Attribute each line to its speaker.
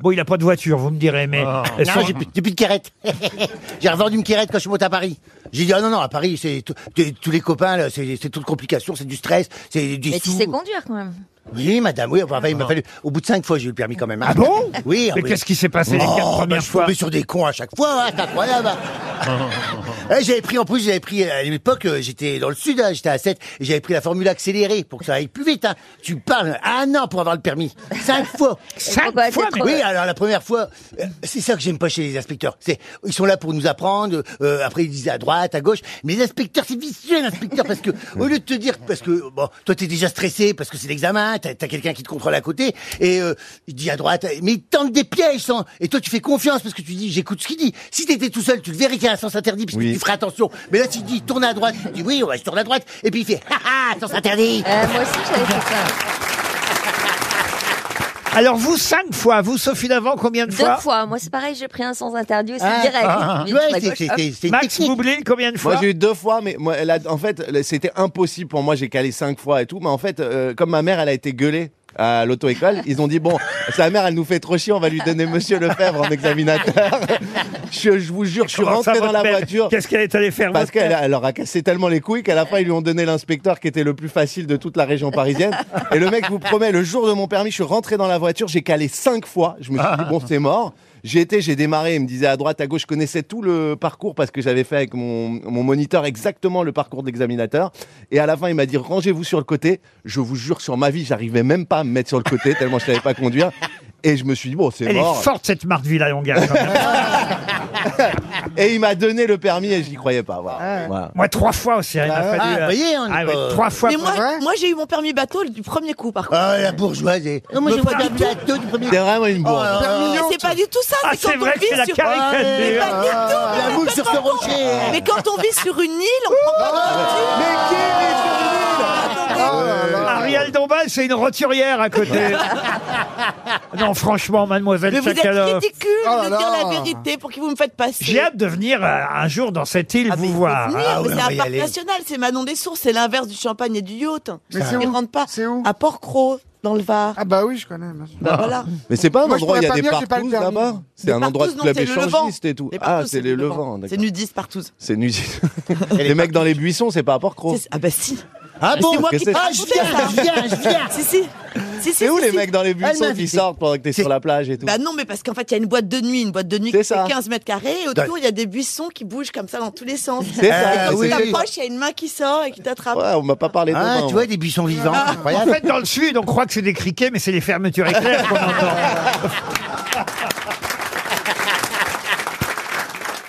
Speaker 1: Bon, il n'a pas de voiture, vous me direz, mais.
Speaker 2: Non, j'ai plus, j'ai plus de quérette. j'ai revendu une quérette quand je suis monté à Paris. J'ai dit, ah non, non, à Paris, c'est tout- t'es- tous les copains, là, c'est c'est toute complication, c'est du stress, c'est du
Speaker 3: Mais tu sais conduire quand même.
Speaker 2: Oui, madame, oui, enfin, il m'a fallu. Au bout de cinq fois, j'ai eu le permis quand même. hein.
Speaker 1: Ah bon
Speaker 2: Oui. Oh,
Speaker 1: Mais qu'est-ce qui s'est passé les quatre premières
Speaker 2: bah, Je
Speaker 1: fois
Speaker 2: tombais sur des cons à chaque fois, hein, c'est incroyable. Eh, j'avais pris, en plus, j'avais pris, à l'époque, euh, j'étais dans le sud, hein, j'étais à 7, et j'avais pris la formule accélérée pour que ça aille plus vite. Hein. Tu parles un an pour avoir le permis. Cinq fois.
Speaker 1: Cinq
Speaker 3: Pourquoi
Speaker 1: fois,
Speaker 3: t'es
Speaker 1: mais-
Speaker 3: trop-
Speaker 2: Oui, alors la première fois, euh, c'est ça que j'aime pas chez les inspecteurs. C'est ils sont là pour nous apprendre. euh, après ils disent à droite, à gauche. Mais les inspecteurs, c'est vicieux l'inspecteur parce que au lieu de te dire parce que bon, toi t'es déjà stressé parce que c'est l'examen, t'as as, quelqu'un qui te contrôle à côté et euh, il dit à droite, mais il tente des pièges sans. Et toi tu fais confiance parce que tu dis j'écoute ce qu'il dit. Si t'étais tout seul, tu le verrais qu'il y a un sens interdit parce que tu ferais attention. Mais là tu dis tourne à droite, tu dis oui, ouais, je tourne à droite et puis il fait ah ah sens interdit.
Speaker 3: Euh, moi aussi j'avais fait ça.
Speaker 1: Alors vous, cinq fois, vous, Sophie Davant, combien de
Speaker 3: Deux
Speaker 1: fois,
Speaker 3: fois. Moi c'est pareil, j'ai pris un sens interdit aussi
Speaker 2: Ah,
Speaker 3: direct.
Speaker 2: Tu vois, c'est- c'est- c'est- c'est une
Speaker 1: Max
Speaker 2: technique.
Speaker 1: Boublil, combien de fois
Speaker 4: Moi j'ai eu deux fois, mais moi, elle a- en fait le- c'était impossible pour moi. J'ai calé cinq fois et tout, mais en fait euh, comme ma mère elle a été gueulée à l'auto-école, ils ont dit bon sa mère elle nous fait trop chier, on va lui donner Monsieur Lefebvre en examinateur. je, je vous jure, je suis
Speaker 1: Comment ça,
Speaker 4: rentré dans
Speaker 1: votre
Speaker 4: la
Speaker 1: père
Speaker 4: voiture.
Speaker 1: Qu'est-ce qu'elle est allée faire
Speaker 4: Parce
Speaker 1: votre père
Speaker 4: qu'elle a- elle leur a cassé tellement les couilles qu'à la fin, ils lui ont donné l'inspecteur qui était le plus facile de toute la région parisienne. Et le mec, je vous promets, le jour de mon permis, je suis rentré dans la voiture, j'ai calé cinq fois. Je me suis dit, bon, c'est mort. J'ai été, j'ai démarré, il me disait à droite, à gauche, je connaissais tout le parcours parce que j'avais fait avec mon, mon moniteur exactement le parcours de l'examinateur. Et à la fin, il m'a dit, rangez-vous sur le côté. Je vous jure, sur ma vie, j'arrivais même pas à me mettre sur le côté tellement je savais pas conduire. Et je me suis dit, bon, c'est
Speaker 1: Elle
Speaker 4: mort.
Speaker 1: est forte cette Marthe Villalonga. quand même.
Speaker 4: Et il m'a donné le permis et j'y croyais pas. Voilà. Voilà.
Speaker 1: Moi, trois fois aussi. hein, il m'a fallu,
Speaker 2: ah,
Speaker 1: euh,
Speaker 2: voyez, on est
Speaker 1: ah ouais,
Speaker 2: pas-
Speaker 1: trois fois.
Speaker 5: Mais
Speaker 1: pour-
Speaker 5: moi, moi j'ai eu mon permis bateau du premier coup, par contre.
Speaker 2: Ah la bourgeoisie. Non, moi
Speaker 1: Me
Speaker 2: j'ai
Speaker 1: pas
Speaker 2: pas
Speaker 1: du
Speaker 2: plateau du premier.
Speaker 4: T'es vraiment une bourre.
Speaker 2: Oh,
Speaker 5: Mais c'est pas du tout ça,
Speaker 1: Ah,
Speaker 5: c'est
Speaker 1: c'est
Speaker 5: quand
Speaker 1: vrai
Speaker 5: on
Speaker 1: que
Speaker 5: vit
Speaker 1: c'est la
Speaker 5: sur...
Speaker 1: caricature.
Speaker 5: Mais pas du tout, mais
Speaker 2: La boule sur ce rocher.
Speaker 5: Mais quand on vit sur une île, on prend pas
Speaker 4: Mais qui est sur
Speaker 5: de voiture.
Speaker 1: Ariel Dombal, c'est une roturière à côté. non, franchement, mademoiselle
Speaker 5: Mais vous êtes
Speaker 1: Tchakaloff,
Speaker 5: ridicule de dire la vérité pour que vous me faites passer.
Speaker 1: J'ai hâte de venir euh, un jour dans cette île
Speaker 5: Ah, mais
Speaker 1: vous
Speaker 5: il faut
Speaker 1: voir.
Speaker 5: venir,
Speaker 2: Ah ouais,
Speaker 5: mais c'est
Speaker 2: on va
Speaker 5: un
Speaker 2: y
Speaker 5: parc
Speaker 2: aller.
Speaker 5: national, c'est Manon des Sources, c'est l'inverse du champagne et du yacht.
Speaker 6: Mais c'est
Speaker 5: Ils
Speaker 6: où
Speaker 5: rentrent pas
Speaker 6: C'est où
Speaker 5: à Porquerolles, dans le Var.
Speaker 6: Ah bah oui, je connais. bien sûr.
Speaker 5: Bah voilà.
Speaker 4: Mais c'est pas un
Speaker 6: Moi, je
Speaker 4: endroit où il y a
Speaker 6: pourrais
Speaker 4: des
Speaker 6: pas venir, j'ai pas le
Speaker 4: partous
Speaker 6: permis.
Speaker 4: là-bas C'est un
Speaker 5: Les
Speaker 4: endroit de
Speaker 5: Partous, non,
Speaker 4: club
Speaker 5: c'est le Levant.
Speaker 4: échangiste et tout.
Speaker 5: Les Partous,
Speaker 4: Ah, c'est les Levant,
Speaker 5: C'est
Speaker 4: d'accord.
Speaker 5: nudiste partouze.
Speaker 4: C'est nudiste. Les mecs dans les buissons, c'est pas à Port-Cros.
Speaker 5: C'est- Ah bah si.
Speaker 2: Ah bon
Speaker 5: C'est moi
Speaker 4: que Oh.
Speaker 5: qui
Speaker 4: c'est-
Speaker 2: Ah,
Speaker 5: parle
Speaker 2: je
Speaker 5: pour dire ça.
Speaker 2: viens, je viens, je viens.
Speaker 5: Si, si. Si, si,
Speaker 4: C'est où
Speaker 5: si,
Speaker 4: les
Speaker 5: si.
Speaker 4: mecs dans les
Speaker 2: Elle m'a
Speaker 4: buissons qui
Speaker 2: invité.
Speaker 4: sortent pendant que t'es
Speaker 2: C'est-
Speaker 4: sur la plage et tout
Speaker 5: Bah non, mais parce qu'en fait, il y a une boîte de nuit, une boîte de nuit qui
Speaker 4: C'est
Speaker 5: fait
Speaker 4: ça.
Speaker 5: 15 mètres carrés, et autour, il y a des buissons qui bougent comme ça dans tous les sens.
Speaker 4: C'est
Speaker 2: Ah,
Speaker 4: ça,
Speaker 5: Quand
Speaker 2: oui.
Speaker 4: oui.
Speaker 5: tu t'approches, il y a une main qui sort et qui t'attrape.
Speaker 4: Ouais, on m'a pas parlé de
Speaker 2: Ah,
Speaker 4: demain,
Speaker 2: tu
Speaker 4: moi.
Speaker 2: vois, des buissons vivants,
Speaker 1: En
Speaker 2: incroyable.
Speaker 1: fait, dans le sud, on croit que c'est des criquets, mais c'est les fermetures éclairs qu'on entend.